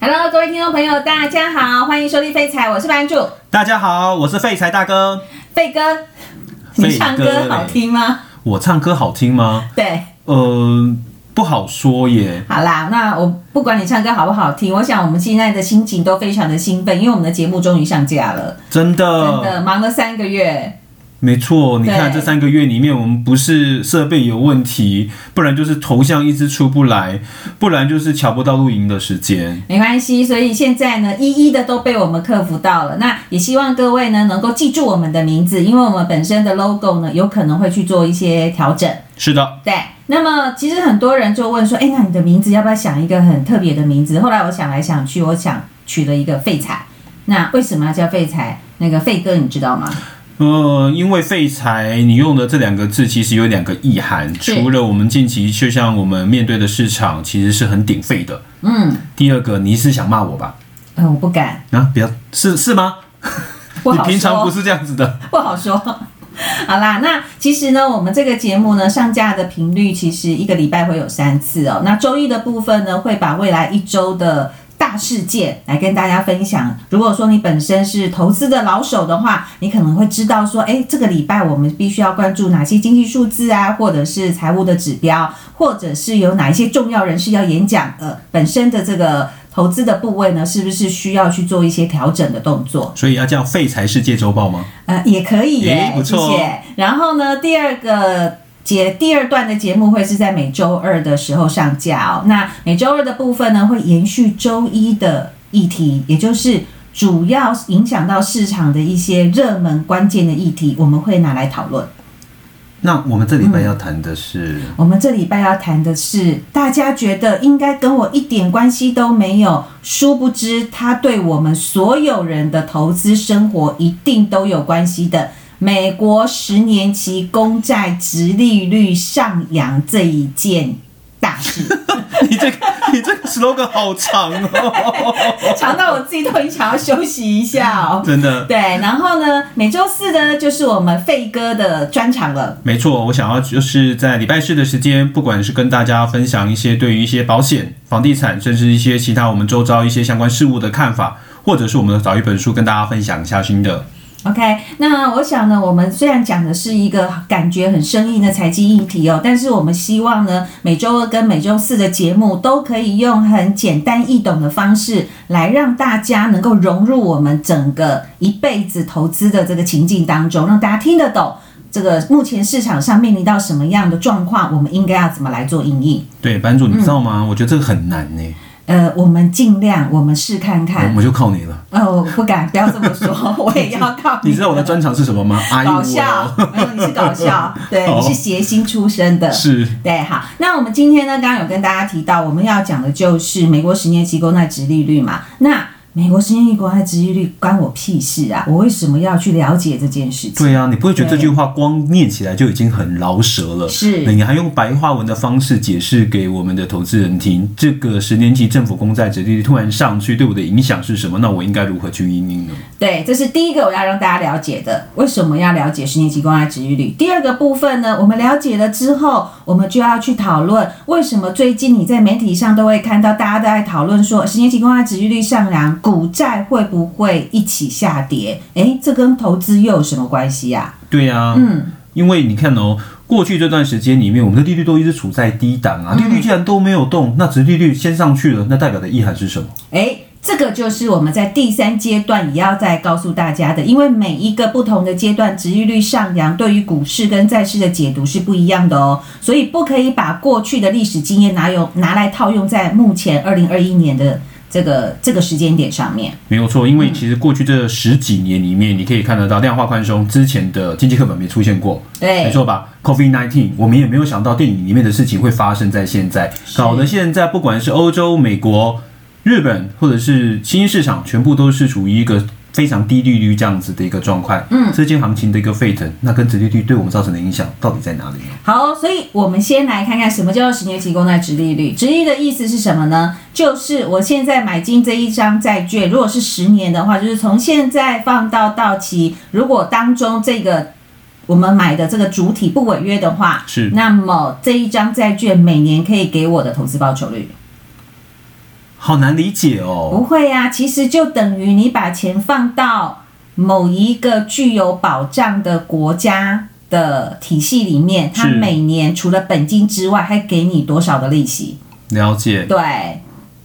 Hello，各位听众朋友，大家好，欢迎收听废财，我是班主大家好，我是废柴大哥。费哥。费你哥唱歌好听吗？我唱歌好听吗？对，呃，不好说耶。好啦，那我不管你唱歌好不好听，我想我们现在的心情都非常的兴奋，因为我们的节目终于上架了，真真的，的忙了三个月，没错。你看对这三个月里面，我们不是设备有问题，不然就是头像一直出不来，不然就是瞧不到露营的时间。没关系，所以现在呢，一一的都被我们克服到了。那也希望各位呢能够记住我们的名字，因为我们本身的 logo 呢有可能会去做一些调整。是的，对，那么其实很多人就问说，哎，那你的名字要不要想一个很特别的名字？后来我想来想去，我想取了一个废柴。那为什么要叫废柴？那个废哥你知道吗？呃，因为废柴，你用的这两个字其实有两个意涵。是除了我们近期，就像我们面对的市场，其实是很鼎沸的。嗯，第二个，你是想骂我吧？呃，我不敢，啊，不要，是是吗？不你好平常不说，是这样子的。 不好说。好啦，那其实呢，我们这个节目呢上架的频率其实一个礼拜会有三次哦。那周一的部分呢，会把未来一周的大事件来跟大家分享。如果说你本身是投资的老手的话，你可能会知道说，哎，这个礼拜我们必须要关注哪些经济数字啊，或者是财务的指标，或者是有哪一些重要人士要演讲，呃，本身的这个投资的部位呢，是不是需要去做一些调整的动作？所以要叫《废柴世界周报》吗？呃，也可以耶诶，不错哦谢谢。然后呢，第二个。节第二段的节目会是在每周二的时候上架哦。那每周二的部分呢，会延续周一的议题，也就是主要影响到市场的一些热门关键的议题，我们会拿来讨论。那我们这礼拜要谈的是，我们这礼拜要谈的是，大家觉得应该跟我一点关系都没有，殊不知它对我们所有人的投资生活一定都有关系的。美国十年期公债直利率上扬这一件大事， 你这个你这个 slogan 好长 哦，长 到我自己都很想要休息一下哦。真的。对，然后呢，每周四呢就是我们费哥的专场了。没错，我想要就是在礼拜四的时间，不管是跟大家分享一些对于一些保险、房地产，甚至一些其他我们周遭一些相关事物的看法，或者是我们找一本书跟大家分享一下新的。 OK，那我想呢，我们虽然讲的是一个感觉很生硬的财经议题哦，但是我们希望呢，每周二跟每周四的节目都可以用很简单易懂的方式，来让大家能够融入我们整个一辈子投资的这个情境当中，让大家听得懂这个目前市场上面临到什么样的状况，我们应该要怎么来做应应。对，班主，你知道吗？嗯我觉得这个很难呢、呃，我们尽量，我们试看看。我我就靠你了。哦，不敢，不要这么说，我也要靠你知道我的专长是什么吗？哎呦搞笑，没有你是搞 笑，对，好你是谐星出身的。是对，好，那我们今天呢，刚刚有跟大家提到，我们要讲的就是美国十年期公债殖利率嘛。那美国十年期公债殖利率关我屁事啊！我为什么要去了解这件事情？对啊，你不会觉得这句话光念起来就已经很饶舌了？是你还用白话文的方式解释给我们的投资人听，这个十年期政府公债殖利率突然上去，对我的影响是什么？那我应该如何去应应呢？对，这是第一个我要让大家了解的，为什么要了解十年期公债殖利率？第二个部分呢，我们了解了之后，我们就要去讨论为什么最近你在媒体上都会看到大家都在讨论说十年期公债殖利率上扬，股债会不会一起下跌？诶，这跟投资又有什么关系啊？对啊，嗯，因为你看哦，过去这段时间里面，我们的利率都一直处在低档啊，利率既然都没有动，那殖利率先上去了，那代表的意涵是什么？诶，哎这个就是我们在第三阶段也要再告诉大家的，因为每一个不同的阶段，值利率上扬对于股市跟债市的解读是不一样的哦，所以不可以把过去的历史经验拿用拿来套用在目前二零二一年的这个这个时间点上面。没有错，因为其实过去这十几年里面，你可以看得到量化宽松之前的经济课本没出现过，没对，错吧？COVID nineteen，我们也没有想到电影里面的事情会发生在现在，搞得现在不管是欧洲、美国、日本或者是新兴市场，全部都是处于一个非常低利率这样子的一个状况。嗯，这件行情的一个沸腾，那跟殖利率对我们造成的影响到底在哪里呢？好，所以我们先来看看什么叫做十年期公债殖利率。殖利率的意思是什么呢？就是我现在买进这一张债券，如果是十年的话，就是从现在放到到期，如果当中这个我们买的这个主体不违约的话，是那么这一张债券每年可以给我的投资报酬率。好难理解哦。不会呀、其实就等于你把钱放到某一个具有保障的国家的体系里面，它是每年除了本金之外，还给你多少的利息？了解。对，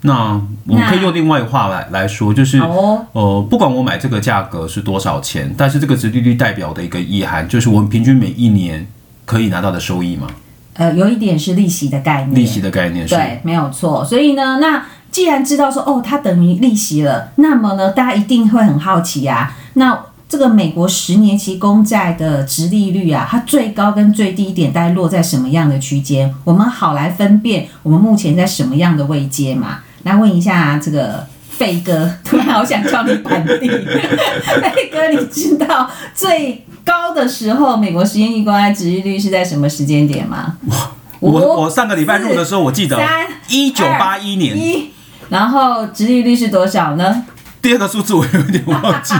那我们可以那用另外一个话来来说，就是好哦，呃，不管我买这个价格是多少钱，但是这个殖利率代表的一个意涵，就是我们平均每一年可以拿到的收益嘛，呃，有一点是利息的概念，利息的概念是。对，没有错。所以呢，那既然知道说哦，它等于利息了，那么呢，大家一定会很好奇啊。那这个美国十年期公债的值利率啊，它最高跟最低点大概落在什么样的区间？我们好来分辨我们目前在什么样的位阶嘛？ 来问一下、这个。费哥，突然好想叫你板弟。 费哥，你知道最高的时候美国十年期公债值利率是在什么时间点吗？我五我上个礼拜录的时候，我记得三一九八一年，一，然后殖利率是多少呢？ 第二个数字我有点忘记。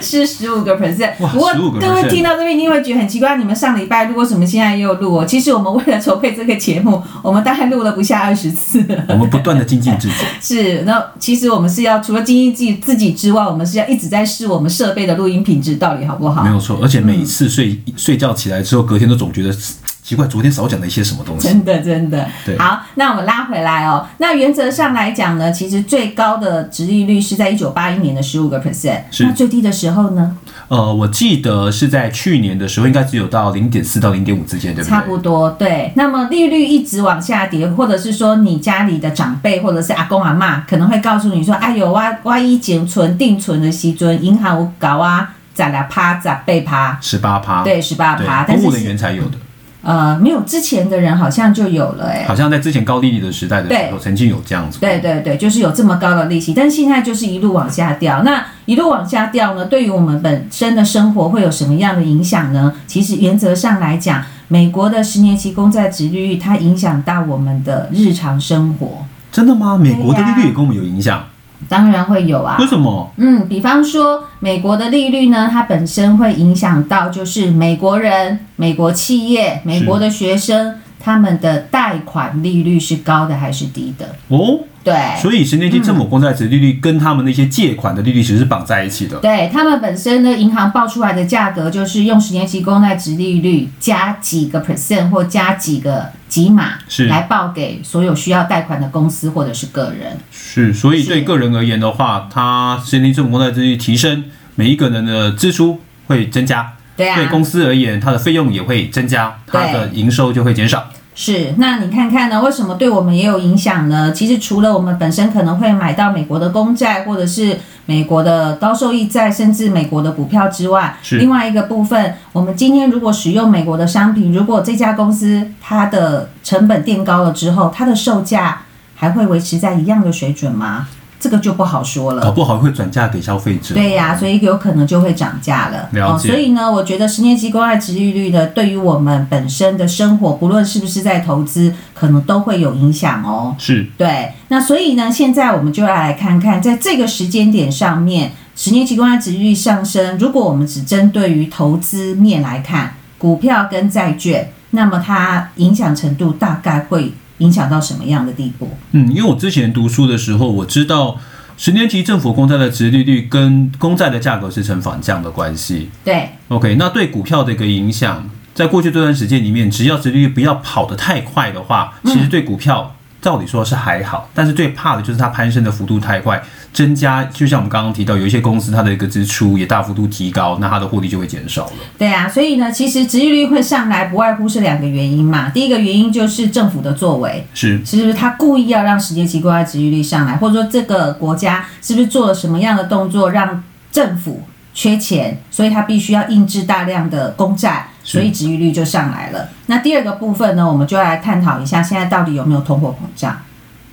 是十五个 percent。哇不过15%各位听到这边一定会觉得很奇怪，你们上礼拜录，为什么 现在又录哦？其实我们为了筹备这个节目， 我们大概录了不下二十次了。 我们不断的精进自己， 是，那其实我们是要除了精进自己自己之外，我们是要一直在试我们设备的录音品质到底好不好嗯没？有错。而且每次睡睡觉起来之后，隔天都总觉得奇怪，昨天少讲了一些什么东西。真的，真的对。好，那我们拉回来哦。那原则上来讲呢，其实最高的殖利率是在一九八一年的十五个 percent，是那最低的时候呢？呃，我记得是在去年的时候，应该只有到零点四到零点五之间，对不对？差不多，对。那么利率一直往下跌，或者是说你家里的长辈或者是阿公阿嬷可能会告诉你说：“哎呦，我我一减存定存的时阵，银行有搞啊，咋啦趴咋被趴，十八趴，对，十八趴。”对，但公务是人是员才有的，呃，没有之前的人好像就有了、欸，哎，好像在之前高利率的时代的时候，对曾经有这样子。对，对对，就是有这么高的利息，但现在就是一路往下掉。那一路往下掉呢，对于我们本身的生活会有什么样的影响呢？其实原则上来讲，美国的十年期公债殖利率它影响到我们的日常生活，真的吗？美国的对利呀率也跟我们有影响？当然会有啊为。什么？嗯，比方说美国的利率呢，它本身会影响到就是美国人、美国企业、美国的学生他们的贷款利率是高的还是低的？哦，对，所以十年期政府公债值利率跟他们那些借款的利率其实是绑在一起的。对他们本身呢，银行报出来的价格就是用十年期公债值利率加几个 percent 或加几个几码是来报给所有需要贷款的公司或者是个人。是，所以对是个人而言的话，它十年期政府公债值利率提升，每一个人的支出会增加。对啊，对公司而言，它的费用也会增加，它的营收就会减少。是，那你看看呢？为什么对我们也有影响呢？其实除了我们本身可能会买到美国的公债，或者是美国的高收益债，甚至美国的股票之外，是另外一个部分，我们今天如果使用美国的商品，如果这家公司它的成本垫高了之后，它的售价还会维持在一样的水准吗？这个就不好说了。搞不好会转嫁给消费者。对呀、所以有可能就会涨价了。哦了解所以呢，我觉得十年期公债殖利率呢，对于我们本身的生活，不论是不是在投资，可能都会有影响哦。是对，那所以呢，现在我们就要来看看，在这个时间点上面，十年期公债殖利率上升，如果我们只针对于投资面来看，股票跟债券，那么它影响程度大概会影响到什么样的地步？嗯，因为我之前读书的时候，我知道十年期政府公债的殖利率跟公债的价格是成反向的关系。对， OK，那对股票的一个影响，在过去这段时间里面，只要殖利率不要跑得太快的话，其实对股票。照理说是还好，但是最怕的就是它攀升的幅度太快，增加就像我们刚刚提到，有一些公司它的一个支出也大幅度提高，那它的获利就会减少了。对啊，所以呢，其实殖利率会上来，不外乎是两个原因嘛。第一个原因就是政府的作为，是是不是他故意要让时间期国债殖利率上来，或者说这个国家是不是做了什么样的动作，让政府缺钱，所以他必须要印制大量的公债，是所以殖利率就上来了。那第二个部分呢，我们就要来探讨一下，现在到底有没有通货膨胀？啊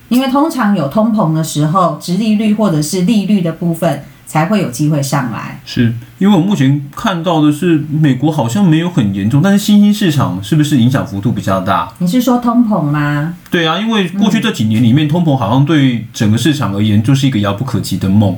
因为通常有通膨的时候，殖利率或者是利率的部分才会有机会上来。是，因为我目前看到的是美国好像没有很严重，但是新兴市场是不是影响幅度比较大？你是说通膨吗？对啊，因为过去这几年里面，通膨好像对整个市场而言就是一个遥不可及的梦。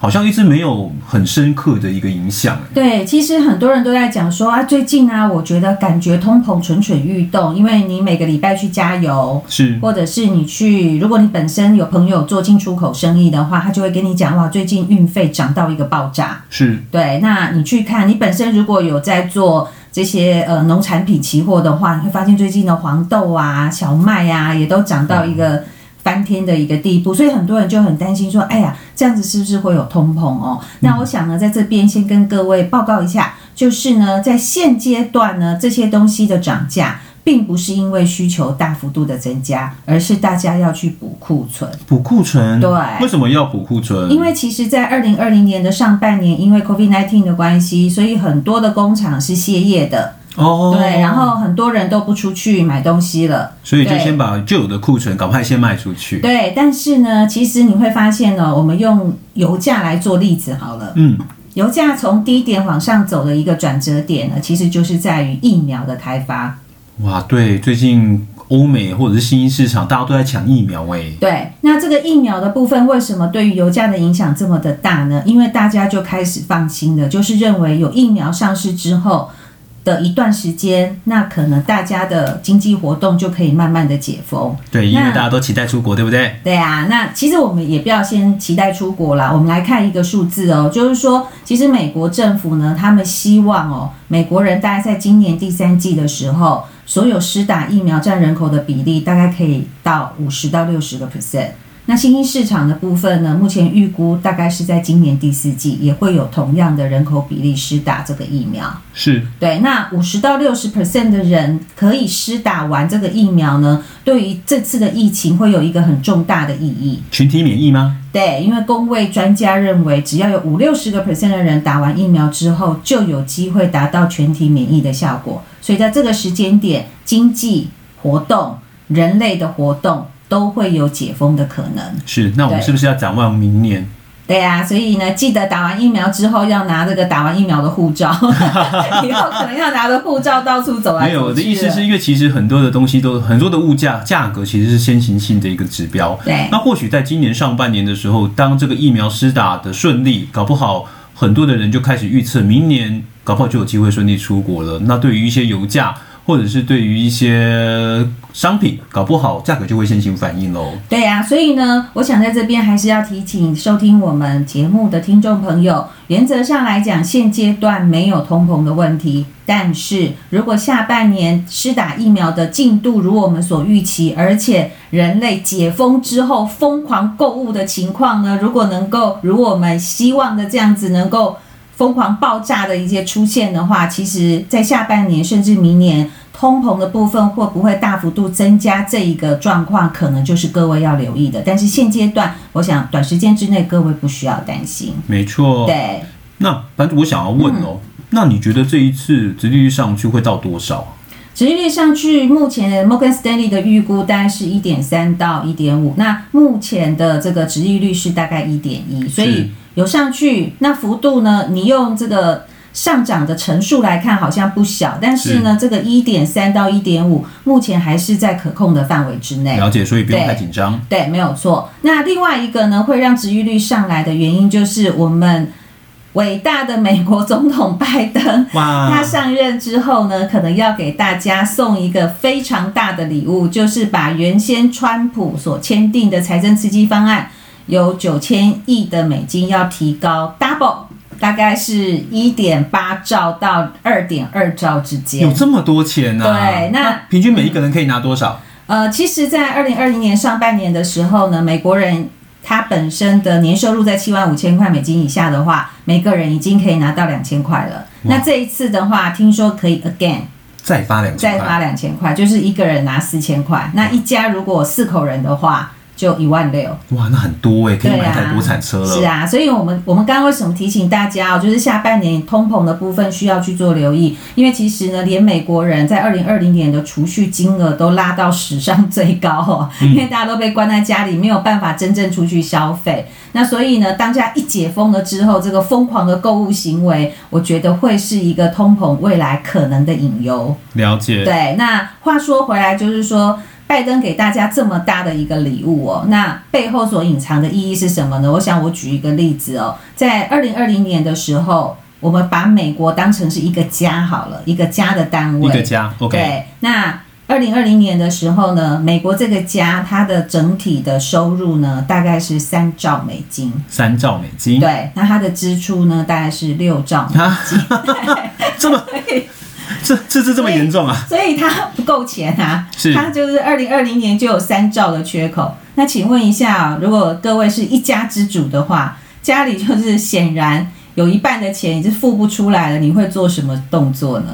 好像一直没有很深刻的一个影响、欸对，其实很多人都在讲说啊，最近啊，我觉得感觉通膨蠢蠢欲动，因为你每个礼拜去加油，是或者是你去，如果你本身有朋友做进出口生意的话，他就会跟你讲哇，最近运费涨到一个爆炸。是，对，那你去看，你本身如果有在做这些呃农产品期货的话，你会发现最近的黄豆啊、小麦啊也都涨到一个翻天的一个地步，所以很多人就很担心说，哎呀，这样子是不是会有通膨哦？那我想呢，在这边先跟各位报告一下，就是呢，在现阶段呢，这些东西的涨价。并不是因为需求大幅度的增加，而是大家要去补库存。补库存。对为什么要补库存？因为其实，在二零二零年的上半年，因为 COVID-19 的关系，所以很多的工厂是歇业的，哦，对，然后很多人都不出去买东西了，所以就对先把旧有的库存赶快先卖出去。对。但是呢，其实你会发现呢、我们用油价来做例子好了，嗯，油价从低点往上走的一个转折点呢，其实就是在于疫苗的开发。哇，对，最近欧美或者是新兴市场，大家都在抢疫苗哎、对，那这个疫苗的部分为什么对于油价的影响这么的大呢？因为大家就开始放心了，就是认为有疫苗上市之后的一段时间，那可能大家的经济活动就可以慢慢的解封。对，因为那大家都期待出国，对不对？对啊，那其实我们也不要先期待出国啦，我们来看一个数字哦，就是说，其实美国政府呢，他们希望哦，美国人大概在今年第三季的时候，所有施打疫苗占人口的比例大概可以到五十到六十个 percent。那新兴市场的部分呢，目前预估大概是在今年第四季也会有同样的人口比例施打这个疫苗。是，对，那五十到六十 percent 的人可以施打完这个疫苗呢，对于这次的疫情会有一个很重大的意义。群体免疫吗？对，因为工位专家认为，只要有五六十个 percent 的人打完疫苗之后，就有机会达到全体免疫的效果。所以在这个时间点，经济活动、人类的活动都会有解封的可能。是，那我们对是不是要展望明年？对呀、所以呢，记得打完疫苗之后要拿这个打完疫苗的护照， 以后可能要拿着护照到处走来走去。啊没有，我的意思是，因为其实很多的东西都很多的物价价格其实是先行性的一个指标。对那或许在今年上半年的时候，当这个疫苗施打的顺利，搞不好很多的人就开始预测明年搞不好就有机会顺利出国了。那对于一些油价或者是对于一些商品，搞不好价格就会先行反应喽。对呀、所以呢，我想在这边还是要提醒收听我们节目的听众朋友，原则上来讲，现阶段没有通膨的问题，但是如果下半年施打疫苗的进度如我们所预期，而且人类解封之后疯狂购物的情况呢，如果能够如我们希望的这样子能够。疯狂爆炸的一些出现的话，其实在下半年甚至明年通膨的部分会不会大幅度增加这一个状况，可能就是各位要留意的。但是现阶段，我想短时间之内各位不需要担心。没错。对，嗯那反正我想要问哦，那你觉得这一次殖利率上去会到多少？啊殖利率上去，目前摩根 l e y 的预估大概是一点三到一点五，那目前的这个殖利率是大概一点一，所是以有上去，那幅度呢，你用这个。上涨的乘数来看好像不小，但是呢，这个一点三到一点五，目前还是在可控的范围之内。了解，所以不用对太紧张。对，没有错。那另外一个呢，会让殖利率上来的原因，就是我们伟大的美国总统拜登，哇他上任之后呢，可能要给大家送一个非常大的礼物，就是把原先川普所签订的财政刺激方案，有九千亿的美金要提高 double，大概是一点八兆到二点二兆之间。有这么多钱呢、对那平均每一个人可以拿多少？呃，其实，在二零二零年上半年的时候呢，美国人他本身的年收入在七万五千块美金以下的话，每个人已经可以拿到两千块了。那这一次的话，听说可以 again 再发两千再块，发两千块，就是一个人拿四千嗯块。那一家如果四口人的话，就一万六。哇，那很多哎、可对以买一啊台国产车了。是啊，所以我们我们刚刚为什么提醒大家哦，就是下半年通膨的部分需要去做留意，因为其实呢，连美国人在二零二零年的储蓄金额都拉到史上最高哦，嗯因为大家都被关在家里，没有办法真正出去消费。那所以呢，当家一解封了之后，这个疯狂的购物行为，我觉得会是一个通膨未来可能的隐忧。了解。对，那话说回来，就是说，拜登给大家这么大的一个礼物哦，那背后所隐藏的意义是什么呢？我想我举一个例子哦，在二零二零年的时候，我们把美国当成是一个家好了，一个家的单一个位。家，OK，对，那二零二零年的时候呢，美国这个家它的整体的收入呢，大概是三兆美金。三兆美金，对，那它的支出呢，大概是六兆美 金。这么这这这这么严重啊？所以它不够钱啊 是，它就是二零二零年就有三兆的缺口。那请问一下，啊如果各位是一家之主的话，家里就是显然有一半的钱已经付不出来了，你会做什么动作呢？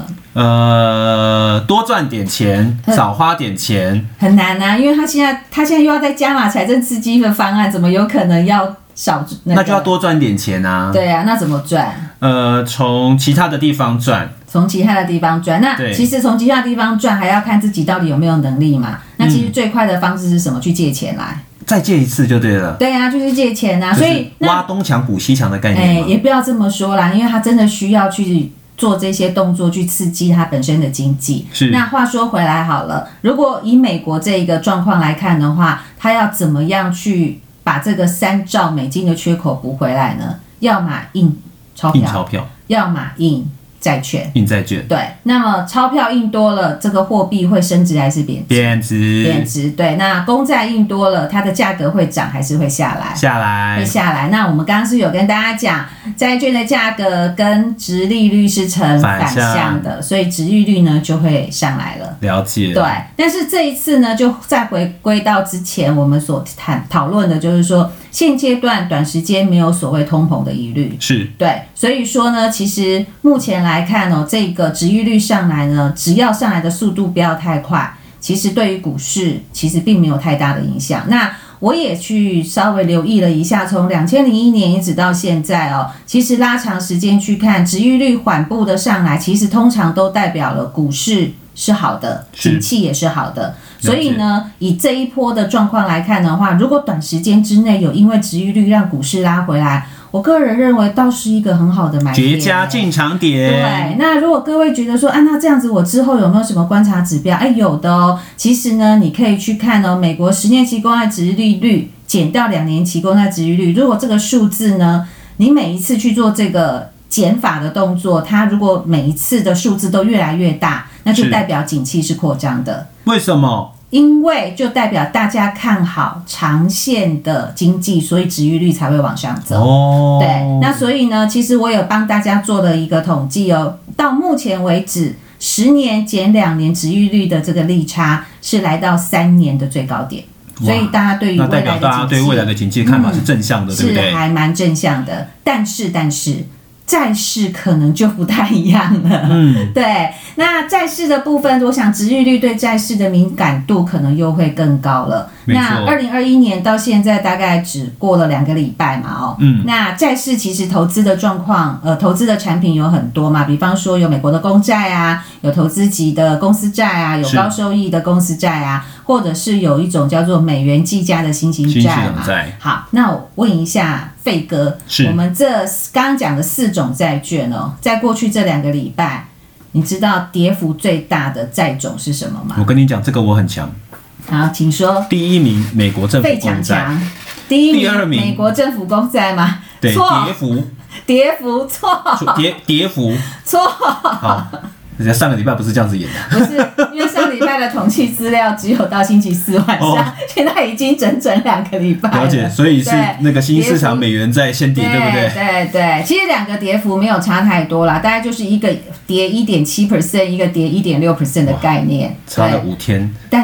呃，多赚点钱，嗯少花点钱，很难啊，因为他现在他现在又要再加码财政刺激的方案，怎么有可能要少？那就要多多赚点钱啊。对啊，那怎么赚？呃，从其他的地方赚，从其他的地方赚。那对其实从其他地方赚，还要看自己到底有没有能力嘛。那嗯其实最快的方式是什么？去借钱来。再借一次就对了。对啊，就是借钱啊。就所是以那挖东墙补西墙的概哎、念嘛。也不要这么说啦，因为他真的需要去做这些动作去刺激他本身的经济。是那话说回来好了，如果以美国这一个状况来看的话，他要怎么样去把这个三兆美金的缺口补回来呢？要么印钞印票，钞票、要么印债券。印债券、对，那么钞票印多了，这个货币会升值还是贬值？贬贬值值。对，那公债印多了，它的价格会涨还是会下来？下会来，下来。那我们刚刚是有跟大家讲，债券的价格跟值利率是成反向的，所以值利率呢就会上来了。了解。对，但是这一次呢，就再回归到之前我们所谈讨论的，就是说现阶段短时间没有所谓通膨的疑虑。是对，所以说呢，其实目前来看哦，这个值利率上来呢，只要上来的速度不要太快，其实对于股市其实并没有太大的影响。那我也去稍微留意了一下，从两千零一年一直到现在哦，其实拉长时间去看，值利率缓步的上来，其实通常都代表了股市是好的，是景气也是好的。解所以呢，以这一波的状况来看的话，如果短时间之内有因为值利率让股市拉回来，我个人认为倒是一个很好的买点。绝佳进场点。对，那如果各位觉得说，啊，那这样子我之后有没有什么观察指标？哎，有的哦。其实呢，你可以去看哦，美国十年期公债值利率减掉两年期公债值利率，如果这个数字呢，你每一次去做这个减法的动作，它如果每一次的数字都越来越大，那就是代表景气是扩张的。为什么？因为就代表大家看好长线的经济，所以值利率才会往上走。哦，对，那所以呢，其实我有帮大家做了一个统计哦，到目前为止，十年减两年值利率的这个利差是来到三年的最高点，哇所以大家对于那代未表来大家的对景未来气的景气看法是正向的，对不是对？还蛮正向的。但是，但是债市可能就不太一样了。嗯，对，那债市的部分，我想殖利率对债市的敏感度可能又会更高了。没错那二零二一年到现在大概只过了两个礼拜嘛，哦，嗯那债市其实投资的状况，呃，投资的产品有很多嘛，比方说有美国的公债啊，有投资级的公司债啊，有是高收益的公司债啊，或者是有一种叫做美元计价的新型新市债场嘛。在好，那我问一下费哥，是我们这刚刚讲的四种债券哦，在过去这两个礼拜，你知道跌幅最大的债种是什么吗？我跟你讲，这个我很强。好，请说。第一名美国政府费公强债，强，第一名，第二名美国政府公债吗？对，错 跌，幅，跌幅错跌跌幅，错，好，人家上个礼拜不是这样子 演的，不是，因为上礼拜的统计资料只有到星期四晚上，哦现在已经整整两个礼拜了。了解，所以是对那个新市场跌幅美元债先跌，对不对？对对，其实两个跌幅没有差太多啦，大概就是一个跌一点七 percent，一个跌一点六 percent 的概念。差了对，五天，但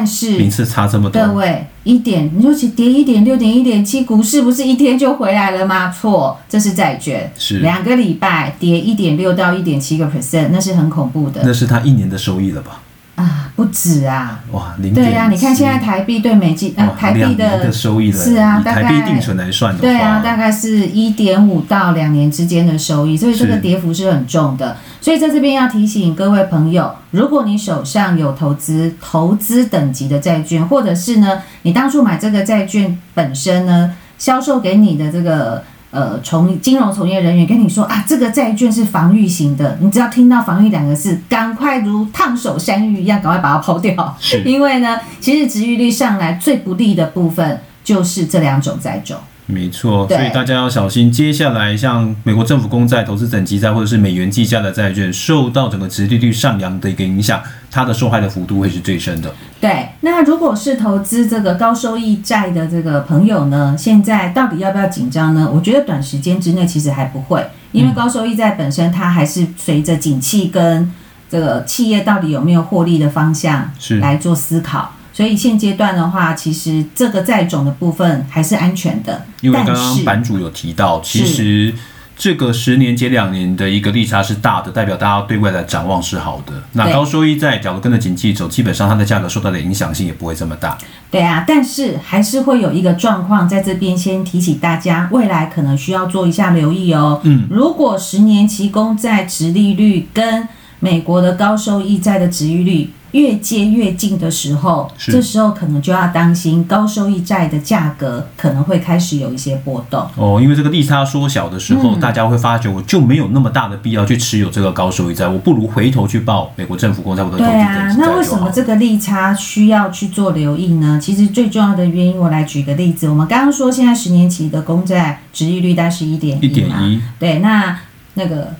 是名次差这么各多，位一点，你说起跌一点六点一点七，股市不是一天就回来了吗？错，这是债券，是两个礼拜跌一点六到一点七个 percent，那是很恐怖的那是他一年的收益了吧？啊，不止啊。哇，零对呀、点，你看现在台币对美金，呃，哇台两币年的收益了，是啊，以大台概币定存来算的话，对啊，大概是一点五到两年之间的收益，所以这个是跌幅是很重的。所以在这边要提醒各位朋友，如果你手上有投资投资等级的债券，或者是呢，你当初买这个债券本身呢，销售给你的这个呃从金融从业人员跟你说啊，这个债券是防御型的，你只要听到防御两个字，赶快如烫手山芋一样，赶快把它抛掉是。因为呢，其实值率率上来最不利的部分就是这两种债种。没错，对所以大家要小心。接下来，像美国政府公债、投资等级债或者是美元计价的债券，受到整个殖利率上扬的一个影响，它的受害的幅度会是最深的。对，那如果是投资这个高收益债的这个朋友呢，现在到底要不要紧张呢？我觉得短时间之内其实还不会，因为高收益债本身它还是随着景气跟这个企业到底有没有获利的方向是来做思考。所以现阶段的话，其实这个债种的部分还是安全的，因为但刚刚是版主有提到，其是实这个十年接两年的一个利差是大的，代表大家对未来的展望是好的。那对高收益债，假如跟着景气走，基本上它的价格受到的影响性也不会这么大。对啊，但是还是会有一个状况，在这边先提醒大家，未来可能需要做一下留意哦。嗯，如果十年期公债值利率跟美国的高收益债的值利率越接越近的时候，是这时候可能就要当心高收益债的价格可能会开始有一些波动。哦，因为这个利差缩小的时候，嗯大家会发觉我就没有那么大的必要去持有这个高收益债，我不如回头去报美国政府公债或者投对资等啊级，那为债就什好么了。这个利差需要去做留意呢？其实最重要的原因，我来举个例子，我们刚刚说现在十年期的公债值利率大概是一点一点嘛，一，对，那那个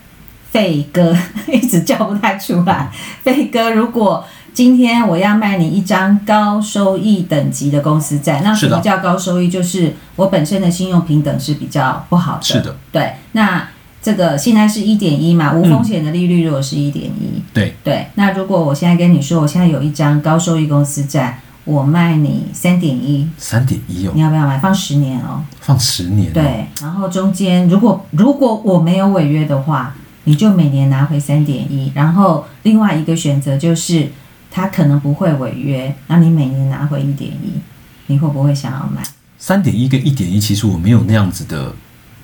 费哥一直叫不太出来。费哥，如果今天我要卖你一张高收益等级的公司债，那是什的么叫高收益？就是我本身的信用平等是比较不好的。是的，嗯对，那这个现在是一点一嘛，无风险的利率如果是一点一，对，对，那如果我现在跟你说，我现在有一张高收益公司债，我卖你三点一，三点一哦你，要不要买？放十年哦。放十年、哦，，对，然后中间如果如果我没有违约的话，你就每年拿回三点一，然后另外一个选择就是他可能不会违约，那你每年拿回一点一，你会不会想要买？三点一跟一点一，其实我没有那样子的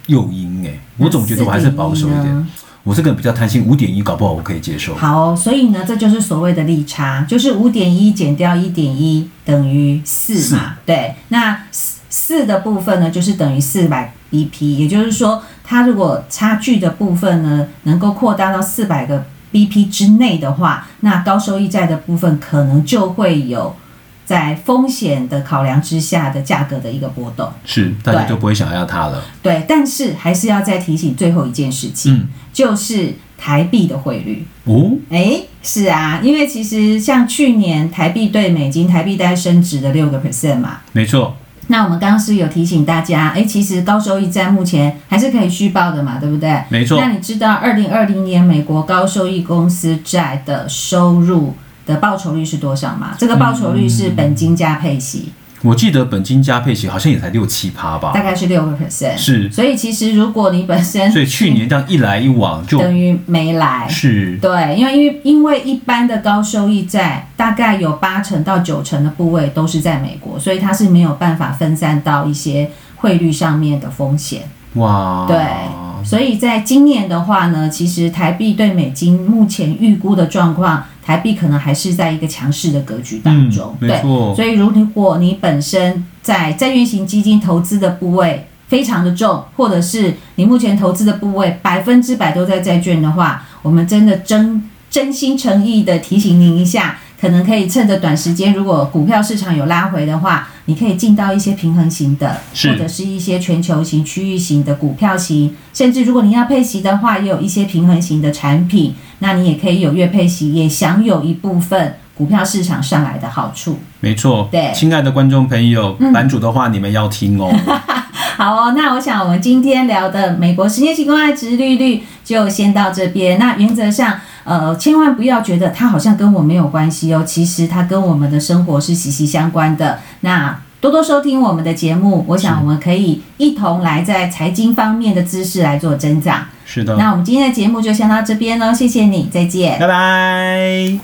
诱因哎，我总觉得我还是保守一4.1点呢。我这个人比较贪心，五点一搞不好我可以接受。好、所以呢，这就是所谓的利差，就是五点一减掉一点一等于四嘛。对，那四四的部分呢，就是等于四百 BP，也就是说，它如果差距的部分呢，能够扩大到四百个 BP 之内的话，那高收益债的部分可能就会有在风险的考量之下的价格的一个波动。是，大家对就不会想要它了。对，但是还是要再提醒最后一件事情，嗯就是台币的汇率。哦，哎，是啊，因为其实像去年台币对美金，台币大概升值了六个 percent 嘛。没错，那我们刚刚是有提醒大家，哎，其实高收益债目前还是可以续报的嘛，对不对？没错那你知道二零二零年美国高收益公司债的收入的报酬率是多少吗？这个报酬率嗯是本金加配息，我记得本金加配息好像也才六七趴吧大。概是六个 percent。是，所以其实如果你本身所以去年这样一来一往就等于没来，是对，因为因为因为一般的高收益债大概有八成到九成的部位都是在美国，所以它是没有办法分散到一些汇率上面的风险。哇，对，哦所以在今年的话呢，其实台币对美金目前预估的状况，台币可能还是在一个强势的格局当中。嗯没对，错所以如果你本身在债券型基金投资的部位非常的重，或者是你目前投资的部位百分之百都在债券的话，我们真的真真心诚意的提醒您一下。可能可以趁着短时间，如果股票市场有拉回的话，你可以进到一些平衡型的，是或者是一些全球型、区域型的股票型，甚至如果你要配息的话，也有一些平衡型的产品，那你也可以有月配息，也享有一部分股票市场上来的好处。没错。对嗯亲爱的观众朋友，版主的话你们要听 哦。好哦，那我想我们今天聊的美国十年期公债值啊利率就先到这边。那原则上，呃，千万不要觉得它好像跟我没有关系哦，其实它跟我们的生活是息息相关的。那多多收听我们的节目，我想我们可以一同来在财经方面的知识来做增长。是的，那我们今天的节目就先到这边喽，谢谢你，再见。拜拜。